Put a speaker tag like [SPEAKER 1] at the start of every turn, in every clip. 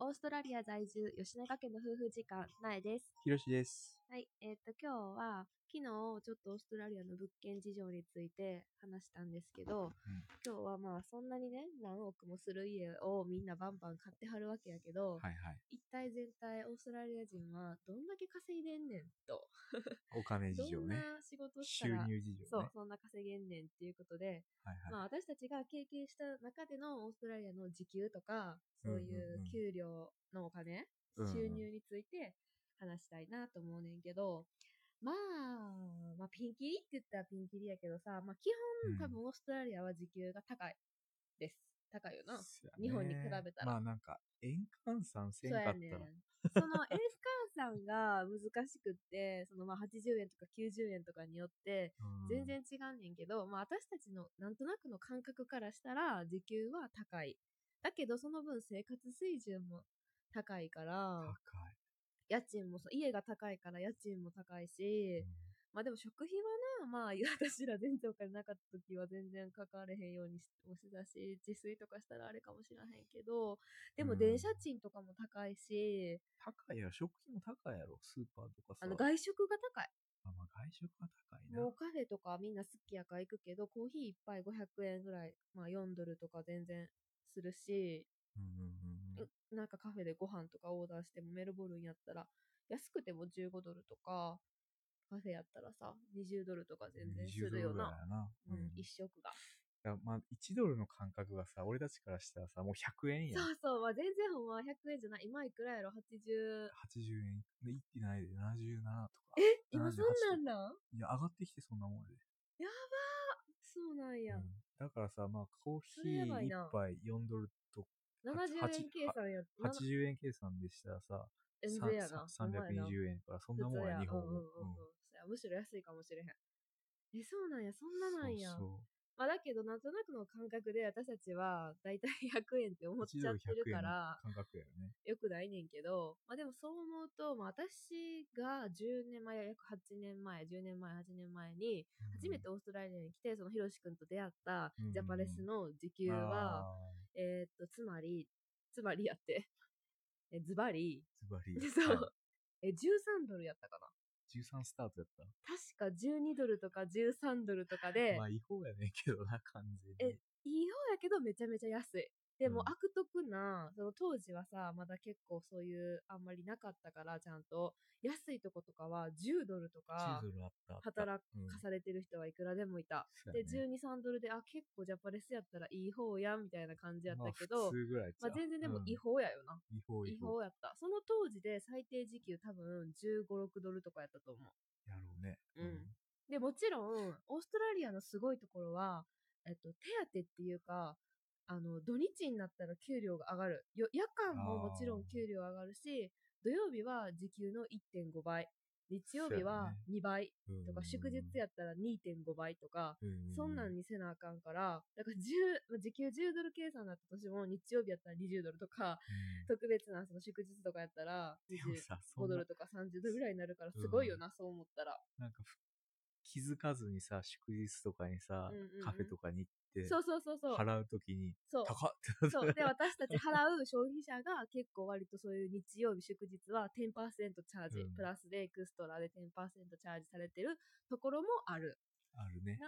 [SPEAKER 1] オーストラリア在住、吉永家の夫婦時間、なえです。
[SPEAKER 2] ひろしです。
[SPEAKER 1] はい、えっ、と、今日は、昨日、ちょっとオーストラリアの物件事情について話したんですけど、今日はまあ、そんなにね、何億もする家をみんなバンバン買ってはるわけやけど、
[SPEAKER 2] はいはい。
[SPEAKER 1] 一体全体、オーストラリア人はどんだけ稼いでんねんと、
[SPEAKER 2] お金事
[SPEAKER 1] ど
[SPEAKER 2] 情
[SPEAKER 1] ん
[SPEAKER 2] ね。
[SPEAKER 1] な仕事した
[SPEAKER 2] 収
[SPEAKER 1] ら、
[SPEAKER 2] 入事情ね。
[SPEAKER 1] そう、そんな稼げんねんっていうことで、
[SPEAKER 2] はい
[SPEAKER 1] まあ、私たちが経験した中でのオーストラリアの時給とか、そうい
[SPEAKER 2] んうん
[SPEAKER 1] う
[SPEAKER 2] うん
[SPEAKER 1] う給料のお金、
[SPEAKER 2] うんうん
[SPEAKER 1] 収入について話したいなと思うねんけど、まあ、まあ、ピンキリって言ったらピンキリやけどさ、まあ、基
[SPEAKER 2] うん
[SPEAKER 1] 本多分オーストラリアは時給が高いです。高いよ
[SPEAKER 2] はい。
[SPEAKER 1] な。
[SPEAKER 2] そやね
[SPEAKER 1] 日本に比べたら
[SPEAKER 2] まあなんか、円換算せん
[SPEAKER 1] そう
[SPEAKER 2] かった
[SPEAKER 1] や
[SPEAKER 2] ら。
[SPEAKER 1] ねん。その F 換算が難しくって、そのまあ80円とか90円とかによって、
[SPEAKER 2] う
[SPEAKER 1] 全
[SPEAKER 2] ん
[SPEAKER 1] 然違うねんけど、まあ、私たちのなんとなくの感覚からしたら時給は高いだけどその分生活水準も高いから
[SPEAKER 2] 高い。
[SPEAKER 1] 家賃もそう家が高いから家賃も高いし、まあでも食費はなまあ 私ら全然お金なかった時は全然かかれへんようにしもしてたし自炊とかしたらあれかもしれへんけどでも
[SPEAKER 2] うん
[SPEAKER 1] 電車賃とかも高いし、
[SPEAKER 2] 高いやろ。食費も高いやろ。スーパーとかさ。
[SPEAKER 1] あの外食が高い
[SPEAKER 2] あまあ外食は高いな。
[SPEAKER 1] もうカフェとかみんな好きやから行くけど、コーヒー一杯500円ぐらい、まあ4ドルとか全然するし、
[SPEAKER 2] うんうんうんうん。
[SPEAKER 1] なんかカフェでご飯とかオーダーしてもメルボルンやったら、安くても15ドルとか、カフェやったらさ、20ドルとか全然するよ
[SPEAKER 2] 20ドルぐらい
[SPEAKER 1] な。
[SPEAKER 2] やな。
[SPEAKER 1] う
[SPEAKER 2] うん
[SPEAKER 1] ん、
[SPEAKER 2] い
[SPEAKER 1] 一食が。
[SPEAKER 2] やまあ1ドルの感覚がさ、俺たちからしたらさ、もう100円や
[SPEAKER 1] そ
[SPEAKER 2] ん。
[SPEAKER 1] うそう、まあ、全然ほんま100円じゃない。今いくらやろ ?80。
[SPEAKER 2] 80円。で、いってないで、77とか。
[SPEAKER 1] え今
[SPEAKER 2] 78
[SPEAKER 1] そんなんなん
[SPEAKER 2] いや、上がってきてそんなもんやで。
[SPEAKER 1] そうなんや
[SPEAKER 2] う。んだからさ、まあ、コー
[SPEAKER 1] そ
[SPEAKER 2] ヒ
[SPEAKER 1] れやば
[SPEAKER 2] ー
[SPEAKER 1] い
[SPEAKER 2] 一
[SPEAKER 1] な
[SPEAKER 2] 杯4ドルと
[SPEAKER 1] 70
[SPEAKER 2] 8
[SPEAKER 1] 円計算やった。
[SPEAKER 2] 80円計算でしたらさ、
[SPEAKER 1] 円
[SPEAKER 2] さ
[SPEAKER 1] 税やな。
[SPEAKER 2] さ
[SPEAKER 1] ほんまやな
[SPEAKER 2] 320円から、そん
[SPEAKER 1] 普
[SPEAKER 2] な
[SPEAKER 1] 通
[SPEAKER 2] もん
[SPEAKER 1] や
[SPEAKER 2] や、日本
[SPEAKER 1] う
[SPEAKER 2] も
[SPEAKER 1] んうんうんうんそやむしろ安いかもしれへん。え、そうなんや、そんななんや。
[SPEAKER 2] そうそ
[SPEAKER 1] まあだけど、なんとなくの感覚で私たちは、だい たい100円って思
[SPEAKER 2] う
[SPEAKER 1] っちゃってるか
[SPEAKER 2] 100円の
[SPEAKER 1] ら、
[SPEAKER 2] 感覚やよね。
[SPEAKER 1] よくないねんけど、まあでもそう思うと、まあ私が10年前、約8年前、10年前、8年前に、初めてオーストラリアに来て、そのヒロシ君と出会った
[SPEAKER 2] うんうんうん
[SPEAKER 1] ジャパレスの時
[SPEAKER 2] 理
[SPEAKER 1] 給は、えーっと、つまり、つまりやって、 えズバリ、
[SPEAKER 2] ズバリ。
[SPEAKER 1] そ
[SPEAKER 2] は
[SPEAKER 1] う、え、13ドルやったかな。
[SPEAKER 2] い13スタートやっ
[SPEAKER 1] 確か12ドルとか13ドルとかで、
[SPEAKER 2] た。まあ、違法やねんけどな、完全に
[SPEAKER 1] え。いい方やけどめちゃめちゃ安い。でも
[SPEAKER 2] うん
[SPEAKER 1] 悪徳な、その当時はさ、まだ結構そういうあんまりなかったから、ちゃんと安いとことかは10ドルと
[SPEAKER 2] 10
[SPEAKER 1] か
[SPEAKER 2] ドルあった。あった
[SPEAKER 1] 働
[SPEAKER 2] うん
[SPEAKER 1] かされてる人はいくらでもいた。
[SPEAKER 2] そう
[SPEAKER 1] で、
[SPEAKER 2] やね
[SPEAKER 1] 12、3ドルで、あ、結構ジャパレスやったらいい方やんみたいな感じやっ
[SPEAKER 2] まあ
[SPEAKER 1] たけど
[SPEAKER 2] 普、通ぐらいちゃ
[SPEAKER 1] ま
[SPEAKER 2] う
[SPEAKER 1] あ全然でも
[SPEAKER 2] うん
[SPEAKER 1] 違法やよな。
[SPEAKER 2] 違法、違
[SPEAKER 1] 違
[SPEAKER 2] 法。
[SPEAKER 1] 法やった。その当時で最低時給多分15、6ドルとかやったと思う。
[SPEAKER 2] やろうね。
[SPEAKER 1] うんで、もちろん、オーストラリアのすごいところは、えっと、手当っていうか、あの、土日になったら給料が上がる。よ夜間ももちろん
[SPEAKER 2] あー
[SPEAKER 1] 給料上がるし、土曜日は時給の1.5倍、日曜日
[SPEAKER 2] そうや
[SPEAKER 1] は
[SPEAKER 2] ね
[SPEAKER 1] 2倍
[SPEAKER 2] うん
[SPEAKER 1] とか、祝日やったら2.5倍とか、
[SPEAKER 2] ううう
[SPEAKER 1] そんなんにせなあかんから、だから10、まあ時給10ドル計算だったとしても、日曜日やったら20ドルとか、
[SPEAKER 2] うん
[SPEAKER 1] 特別なその祝日とかやったら
[SPEAKER 2] でもさ、そ
[SPEAKER 1] 25
[SPEAKER 2] ん
[SPEAKER 1] ド
[SPEAKER 2] な
[SPEAKER 1] ルとか30ドルぐらいになるから、すごいよ
[SPEAKER 2] うん
[SPEAKER 1] な、そう思ったら。
[SPEAKER 2] なんかふ気づかずにさ、祝日とかにさ、
[SPEAKER 1] うんうんうん
[SPEAKER 2] カフェとかに行って、
[SPEAKER 1] そうそうそうそう。
[SPEAKER 2] 払うときに、
[SPEAKER 1] そう。
[SPEAKER 2] 高っってな
[SPEAKER 1] そ
[SPEAKER 2] っ
[SPEAKER 1] う。
[SPEAKER 2] て
[SPEAKER 1] で、私たち払う消費者が結構割とそういう日曜日、祝日は10%チャージ、
[SPEAKER 2] うん
[SPEAKER 1] プラスでエクストラで10%チャージされてるところもある。
[SPEAKER 2] あるね。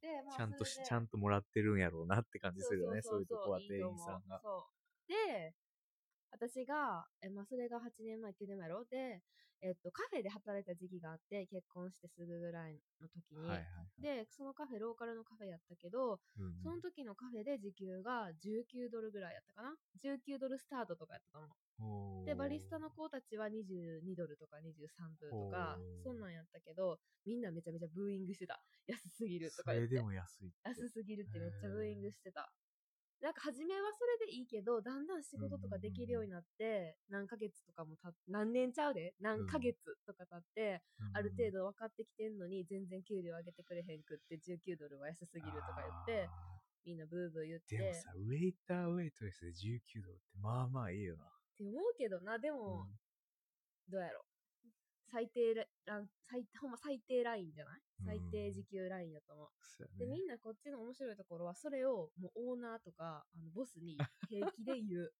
[SPEAKER 1] で、まあ、
[SPEAKER 2] ちゃんとし、ち
[SPEAKER 1] ん
[SPEAKER 2] ゃんともらってるんやろうなって感
[SPEAKER 1] と
[SPEAKER 2] じするよね、そういうとこは店員さんが。
[SPEAKER 1] そう。で、私が、え、まあ、それが8年前、9年前やろで、えっと、カフェで働いた時期があって、結婚してすぐぐらいの時に、
[SPEAKER 2] はいはい。
[SPEAKER 1] で、そのカフェ、ローカルのカフェやったけど、
[SPEAKER 2] うんうん
[SPEAKER 1] その時のカフェで時給が19ドルぐらいやったかな ?19 ドルスタートとかやったと思
[SPEAKER 2] お
[SPEAKER 1] う。
[SPEAKER 2] ー
[SPEAKER 1] で、バリスタの子たちは22ドルとか23ドルとか
[SPEAKER 2] おー、
[SPEAKER 1] そんなんやったけど、みんなめちゃめちゃブーイングしてた。安すぎると
[SPEAKER 2] そ
[SPEAKER 1] か言
[SPEAKER 2] れ
[SPEAKER 1] って
[SPEAKER 2] で。も安いって。
[SPEAKER 1] 安すぎるってめっちゃ
[SPEAKER 2] へー
[SPEAKER 1] ブーイングしてた。なんか初めはそれでいいけど、だんだん仕事とかできるようになって、何ヶ月とかもたっ何年ちゃうで何ヶ月とか経って、ある程
[SPEAKER 2] 度
[SPEAKER 1] 度分かってきてんのに、全然給料上げてくれへんくって、19ドルは安すぎるとか言って、みんなブーブー言って。
[SPEAKER 2] でもさ、ウェイターウェイトレスで19ドルって、まあまあいいよな。
[SPEAKER 1] って思うけどな、でも、
[SPEAKER 2] うん
[SPEAKER 1] どうやろ。最低ララン、最、ほんま最低ラインじゃない最低時給ラインやと思う。
[SPEAKER 2] そう
[SPEAKER 1] で、
[SPEAKER 2] やね
[SPEAKER 1] み。んなこっ ちの面白いところは、それをもうオーナーとか、あの、ボスに平気で言う。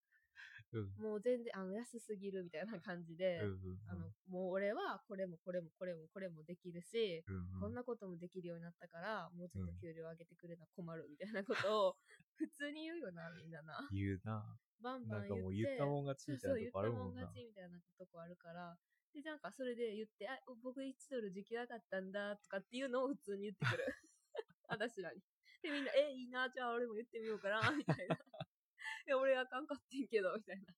[SPEAKER 2] うん。
[SPEAKER 1] もう全然、あの、安すぎるみたいな感じで、
[SPEAKER 2] うんうん
[SPEAKER 1] あの、もう俺はこれもこれもこれもこれもできるし、
[SPEAKER 2] うんうん
[SPEAKER 1] こんなこともできるようになったから、もうちょっと給料上げてくれな困るみたいなことを、普通に言うよな、みんなな。
[SPEAKER 2] 言うな。
[SPEAKER 1] バンバ
[SPEAKER 2] なん
[SPEAKER 1] ン
[SPEAKER 2] か
[SPEAKER 1] 言って。
[SPEAKER 2] もう言ったもん勝ち
[SPEAKER 1] そう
[SPEAKER 2] みた
[SPEAKER 1] そう、
[SPEAKER 2] いな
[SPEAKER 1] 言っ
[SPEAKER 2] と
[SPEAKER 1] た
[SPEAKER 2] こある
[SPEAKER 1] も
[SPEAKER 2] も
[SPEAKER 1] ん
[SPEAKER 2] んな
[SPEAKER 1] 勝。ちみたいなとこあるから、で、なんかそれで言って、あ、僕1ドル時給上がったんだとかっていうのを普通に言ってくる。 私らに。で、みんな、え、いいな、じゃあ俺も言ってみようかな、みたい な。いや、俺あかんかってんけど、みたいな。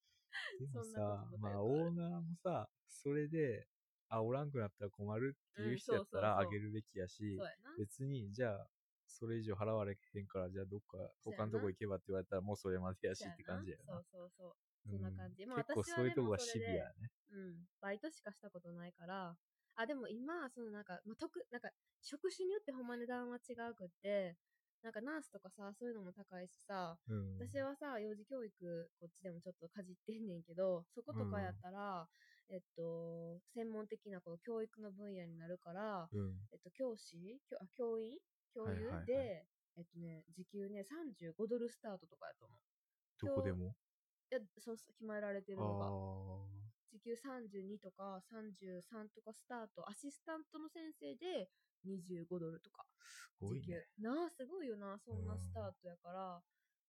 [SPEAKER 2] でも
[SPEAKER 1] そんなこと
[SPEAKER 2] さ
[SPEAKER 1] と、か
[SPEAKER 2] ま
[SPEAKER 1] よ
[SPEAKER 2] あ
[SPEAKER 1] くある
[SPEAKER 2] オーナーもさ、それで、あ、おらんくなったら困るっていう人
[SPEAKER 1] うん
[SPEAKER 2] やった
[SPEAKER 1] そ
[SPEAKER 2] ら
[SPEAKER 1] う
[SPEAKER 2] あ
[SPEAKER 1] そうそう
[SPEAKER 2] げるべきやし
[SPEAKER 1] そう、やな。
[SPEAKER 2] 別に、じゃあ、それ以上払われへんから、じゃあどっか
[SPEAKER 1] そうや
[SPEAKER 2] 他
[SPEAKER 1] な
[SPEAKER 2] のとこ行けばって言われたらもうそれまでやし
[SPEAKER 1] そうやな
[SPEAKER 2] って感じやな。
[SPEAKER 1] そうそうそう。そんな感じ
[SPEAKER 2] うん
[SPEAKER 1] まあ
[SPEAKER 2] 結構
[SPEAKER 1] 私は
[SPEAKER 2] そういう
[SPEAKER 1] で
[SPEAKER 2] と
[SPEAKER 1] も
[SPEAKER 2] こが
[SPEAKER 1] そ
[SPEAKER 2] シ
[SPEAKER 1] れ
[SPEAKER 2] ビ
[SPEAKER 1] で
[SPEAKER 2] アやね。
[SPEAKER 1] うん、バイトしかしたことないから、あ、でも今、そのなんか、まあ、特、なんか、職種によってほんま値段は違うくって、なんかナースとかさ、そういうのも高いしさ、
[SPEAKER 2] うん
[SPEAKER 1] 私はさ、幼児教育、こっちでもちょっとかじってんねんけど、そことかやったら、えっと、専門的なこの教育の分野になるから、
[SPEAKER 2] うん。
[SPEAKER 1] えっと、教師教あ教員教
[SPEAKER 2] はい
[SPEAKER 1] 諭
[SPEAKER 2] はいはい
[SPEAKER 1] で、えっとね、時給ね、35ドルスタートとかやと思う。
[SPEAKER 2] どこでも。
[SPEAKER 1] いや、そう、決められてる
[SPEAKER 2] あ
[SPEAKER 1] のが。
[SPEAKER 2] あ。
[SPEAKER 1] 時給32とか33とかスタート、アシスタントの先生で25ドルとか、
[SPEAKER 2] すごい
[SPEAKER 1] 時給
[SPEAKER 2] ね。。
[SPEAKER 1] なあ、すごいよな、そん
[SPEAKER 2] う
[SPEAKER 1] なんスタートやから、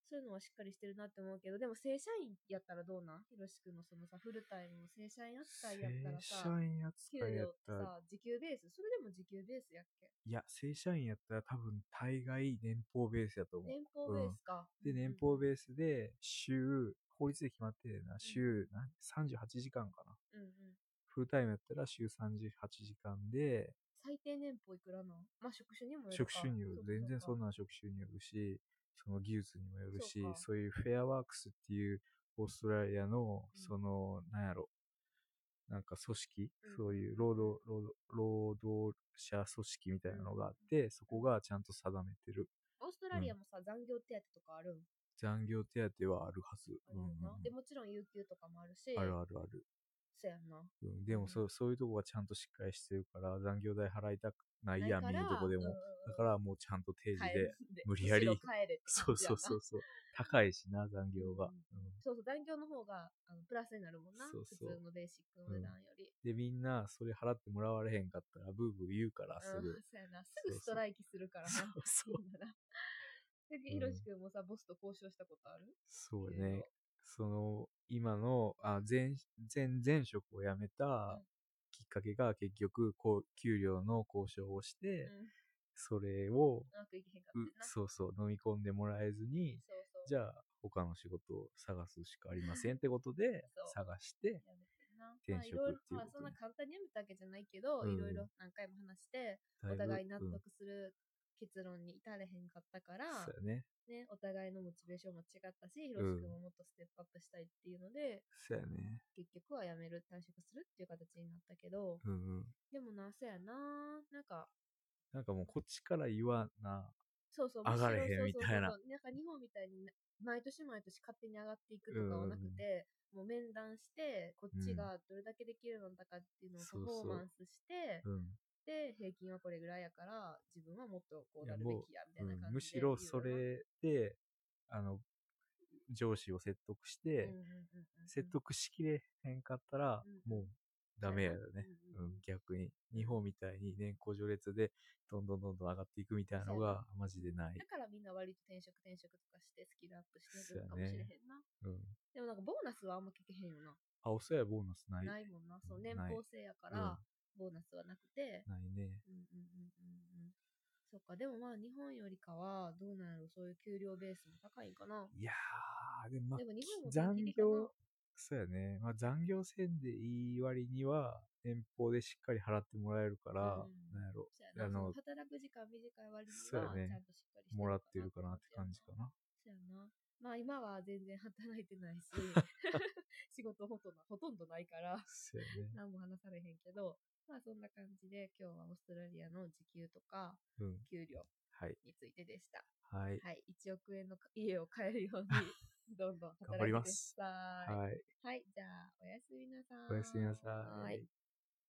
[SPEAKER 1] そういうのはしっかりしてるなって思うけど、でも正社員やったらどうなんひろしくんのそのさ、フルタイムの正社員扱いやったら
[SPEAKER 2] 正
[SPEAKER 1] さ、
[SPEAKER 2] 社員
[SPEAKER 1] 給
[SPEAKER 2] 扱いや
[SPEAKER 1] 料
[SPEAKER 2] っ
[SPEAKER 1] ったて
[SPEAKER 2] ら、
[SPEAKER 1] さ、時給ベースそれでも時給ベースやっけ
[SPEAKER 2] いや、正社員やったら多分大概年俸ベースやと思う。
[SPEAKER 1] 年俸ベースか。
[SPEAKER 2] で、年俸ベースで、週、法律で決まってるな、週、なん38時間かな。
[SPEAKER 1] うんうん。
[SPEAKER 2] フルタイムやったら週38時間で、
[SPEAKER 1] 最低年俸いくらなのまあ、職種にもよるか
[SPEAKER 2] 職種による
[SPEAKER 1] そっ、か
[SPEAKER 2] 全然そん
[SPEAKER 1] っか
[SPEAKER 2] な職種によるし、その技術にもよるし
[SPEAKER 1] そう、か
[SPEAKER 2] そういうフェアワークスっていうオーストラリアの、
[SPEAKER 1] うん
[SPEAKER 2] その、なんやろ、なんか組織
[SPEAKER 1] うん、
[SPEAKER 2] そういう労働、労働、労働者組織みたいなのがあって、そこがちゃんと定めてる。
[SPEAKER 1] オーストラリアもさ、残業手当とかあるん
[SPEAKER 2] 残業手当はあるはず。
[SPEAKER 1] あるよ
[SPEAKER 2] うんうん
[SPEAKER 1] なで、もちろん有給とかもあるし、
[SPEAKER 2] あるあるある。
[SPEAKER 1] そうやんな。
[SPEAKER 2] うん、で
[SPEAKER 1] うん
[SPEAKER 2] もそう、そういうとこはちゃんとしっかりしてるから、残業代払いたくない
[SPEAKER 1] ない
[SPEAKER 2] やん、
[SPEAKER 1] か
[SPEAKER 2] みん
[SPEAKER 1] ら
[SPEAKER 2] なとこでも
[SPEAKER 1] うん。
[SPEAKER 2] だからもうちゃんと定時
[SPEAKER 1] 帰
[SPEAKER 2] で
[SPEAKER 1] る。んで
[SPEAKER 2] 無理やり
[SPEAKER 1] むしろ帰れって
[SPEAKER 2] そ
[SPEAKER 1] 感
[SPEAKER 2] う
[SPEAKER 1] じやな
[SPEAKER 2] そうそうそう。高いしな、残業が。
[SPEAKER 1] うん
[SPEAKER 2] うん
[SPEAKER 1] そうそう、残業の方があのプラスになるもんな。
[SPEAKER 2] そうそう
[SPEAKER 1] 普通のベーシックの値段より。
[SPEAKER 2] で、みんな、それ払ってもらわれへんかったら、ブーブー言うから、す
[SPEAKER 1] うん
[SPEAKER 2] ぐ。
[SPEAKER 1] そうやな。す
[SPEAKER 2] そう
[SPEAKER 1] ぐ
[SPEAKER 2] そう
[SPEAKER 1] ストライキするからな。
[SPEAKER 2] そうそう。
[SPEAKER 1] みんななでひろしくんもさ、ボスと交渉したことある
[SPEAKER 2] そう
[SPEAKER 1] いろい
[SPEAKER 2] ね
[SPEAKER 1] ろ。
[SPEAKER 2] その、今の、あ、前、前、前職を辞めた
[SPEAKER 1] うん
[SPEAKER 2] きっかけが、結局、こう、給料の交渉をし
[SPEAKER 1] う
[SPEAKER 2] て、
[SPEAKER 1] ん。う
[SPEAKER 2] それを、
[SPEAKER 1] まくいけへんかった
[SPEAKER 2] う
[SPEAKER 1] よな。そう
[SPEAKER 2] そうそう、飲み込んでもらえずに、
[SPEAKER 1] そう。
[SPEAKER 2] じゃあ、他の仕事を探すしかありませんってことで
[SPEAKER 1] そう、
[SPEAKER 2] 探して、
[SPEAKER 1] やめてんな。
[SPEAKER 2] 転
[SPEAKER 1] まあ、いろいろ
[SPEAKER 2] 職っていう
[SPEAKER 1] ま
[SPEAKER 2] ことで
[SPEAKER 1] あ、そんな簡単にやめたわけじゃないけど、
[SPEAKER 2] うん
[SPEAKER 1] いろいろ何回も話して、
[SPEAKER 2] だ
[SPEAKER 1] お
[SPEAKER 2] ぶ
[SPEAKER 1] 互い納
[SPEAKER 2] うん
[SPEAKER 1] 得する結論に至れへんかったから、
[SPEAKER 2] そうやね。
[SPEAKER 1] ね、お互いのモチベーションも違ったし、ヒロシ君ももっとステップアップしたいっていうので、
[SPEAKER 2] そうやね。
[SPEAKER 1] 結局は辞める、退職するっていう形になったけど、
[SPEAKER 2] うんうん。
[SPEAKER 1] でもな、そうやな、なんか、
[SPEAKER 2] なんかもう、こっちから言わな、
[SPEAKER 1] そうそう、
[SPEAKER 2] 上がれへん
[SPEAKER 1] むしろ
[SPEAKER 2] みたいな
[SPEAKER 1] そうそうそうなんか日本みたいにな、毎年毎年勝手に上がっていくとかはなくて、もう面談して、こっちがどれだけできるのだかっていうのをパ
[SPEAKER 2] そう
[SPEAKER 1] フ
[SPEAKER 2] そう
[SPEAKER 1] ォーマンスして、
[SPEAKER 2] うん。
[SPEAKER 1] で、平均はこれぐらいやから、自分はもっとこう
[SPEAKER 2] いや
[SPEAKER 1] なるべきや、みたいな感じで、
[SPEAKER 2] うん、むしろ
[SPEAKER 1] い
[SPEAKER 2] そ
[SPEAKER 1] いよな、
[SPEAKER 2] れで、あの、上司を説得して、
[SPEAKER 1] うんうんうんうん
[SPEAKER 2] 説得しきれへんかったら、
[SPEAKER 1] うん
[SPEAKER 2] もうダメやよね。
[SPEAKER 1] うんうん
[SPEAKER 2] うん、逆に。日本みたいに年功序列で、どんどんどんどん上がっていくみたいな
[SPEAKER 1] そ
[SPEAKER 2] の
[SPEAKER 1] うや
[SPEAKER 2] が、マジでない
[SPEAKER 1] だ。からみんな割と転職転職とかしてスキルアップして
[SPEAKER 2] そ
[SPEAKER 1] るか
[SPEAKER 2] うやね
[SPEAKER 1] もしれへんな。
[SPEAKER 2] うん。
[SPEAKER 1] でもなんかボーナスはあんま聞けへんよな。
[SPEAKER 2] あ、おそやボーナスない。
[SPEAKER 1] ないもんな。そう、
[SPEAKER 2] な
[SPEAKER 1] 年
[SPEAKER 2] い
[SPEAKER 1] 俸制やから、ボーナスはなくて。
[SPEAKER 2] ないね。
[SPEAKER 1] うんうんうんうんうん。そっか、でもまあ日本よりかは、どうなんやろ、そういう給料ベースも高いんかな。
[SPEAKER 2] いやー、でもまあ
[SPEAKER 1] でも日本も、
[SPEAKER 2] 残
[SPEAKER 1] ギリギリかな
[SPEAKER 2] 業、そうやね。まあ残業せんでいい割には、年俸でしっかり払ってもらえるか
[SPEAKER 1] う
[SPEAKER 2] ら、
[SPEAKER 1] ん
[SPEAKER 2] なんや
[SPEAKER 1] そ
[SPEAKER 2] ろ、
[SPEAKER 1] うやな
[SPEAKER 2] あの
[SPEAKER 1] その働く時間短い割に
[SPEAKER 2] そう
[SPEAKER 1] は、
[SPEAKER 2] や
[SPEAKER 1] ち
[SPEAKER 2] ね
[SPEAKER 1] ゃんとしっかりして
[SPEAKER 2] もらってるかなって感じか
[SPEAKER 1] な。
[SPEAKER 2] な。
[SPEAKER 1] そうやな。まあ今は全然働いてない し、仕事ほとんどほとんどないから。
[SPEAKER 2] そうやね。
[SPEAKER 1] 何も話されへんけど、まあそんな感じで今日はオーストラリアの時給とか
[SPEAKER 2] うん。
[SPEAKER 1] 給料
[SPEAKER 2] はい。
[SPEAKER 1] についてでした。
[SPEAKER 2] はい。
[SPEAKER 1] はい、1億円の家を買えるようにどんどん働いて
[SPEAKER 2] 頑張り
[SPEAKER 1] くだ
[SPEAKER 2] ます
[SPEAKER 1] さい。
[SPEAKER 2] はい。
[SPEAKER 1] はい、じゃあおやすみなさーい。
[SPEAKER 2] おやすみなさい。
[SPEAKER 1] はい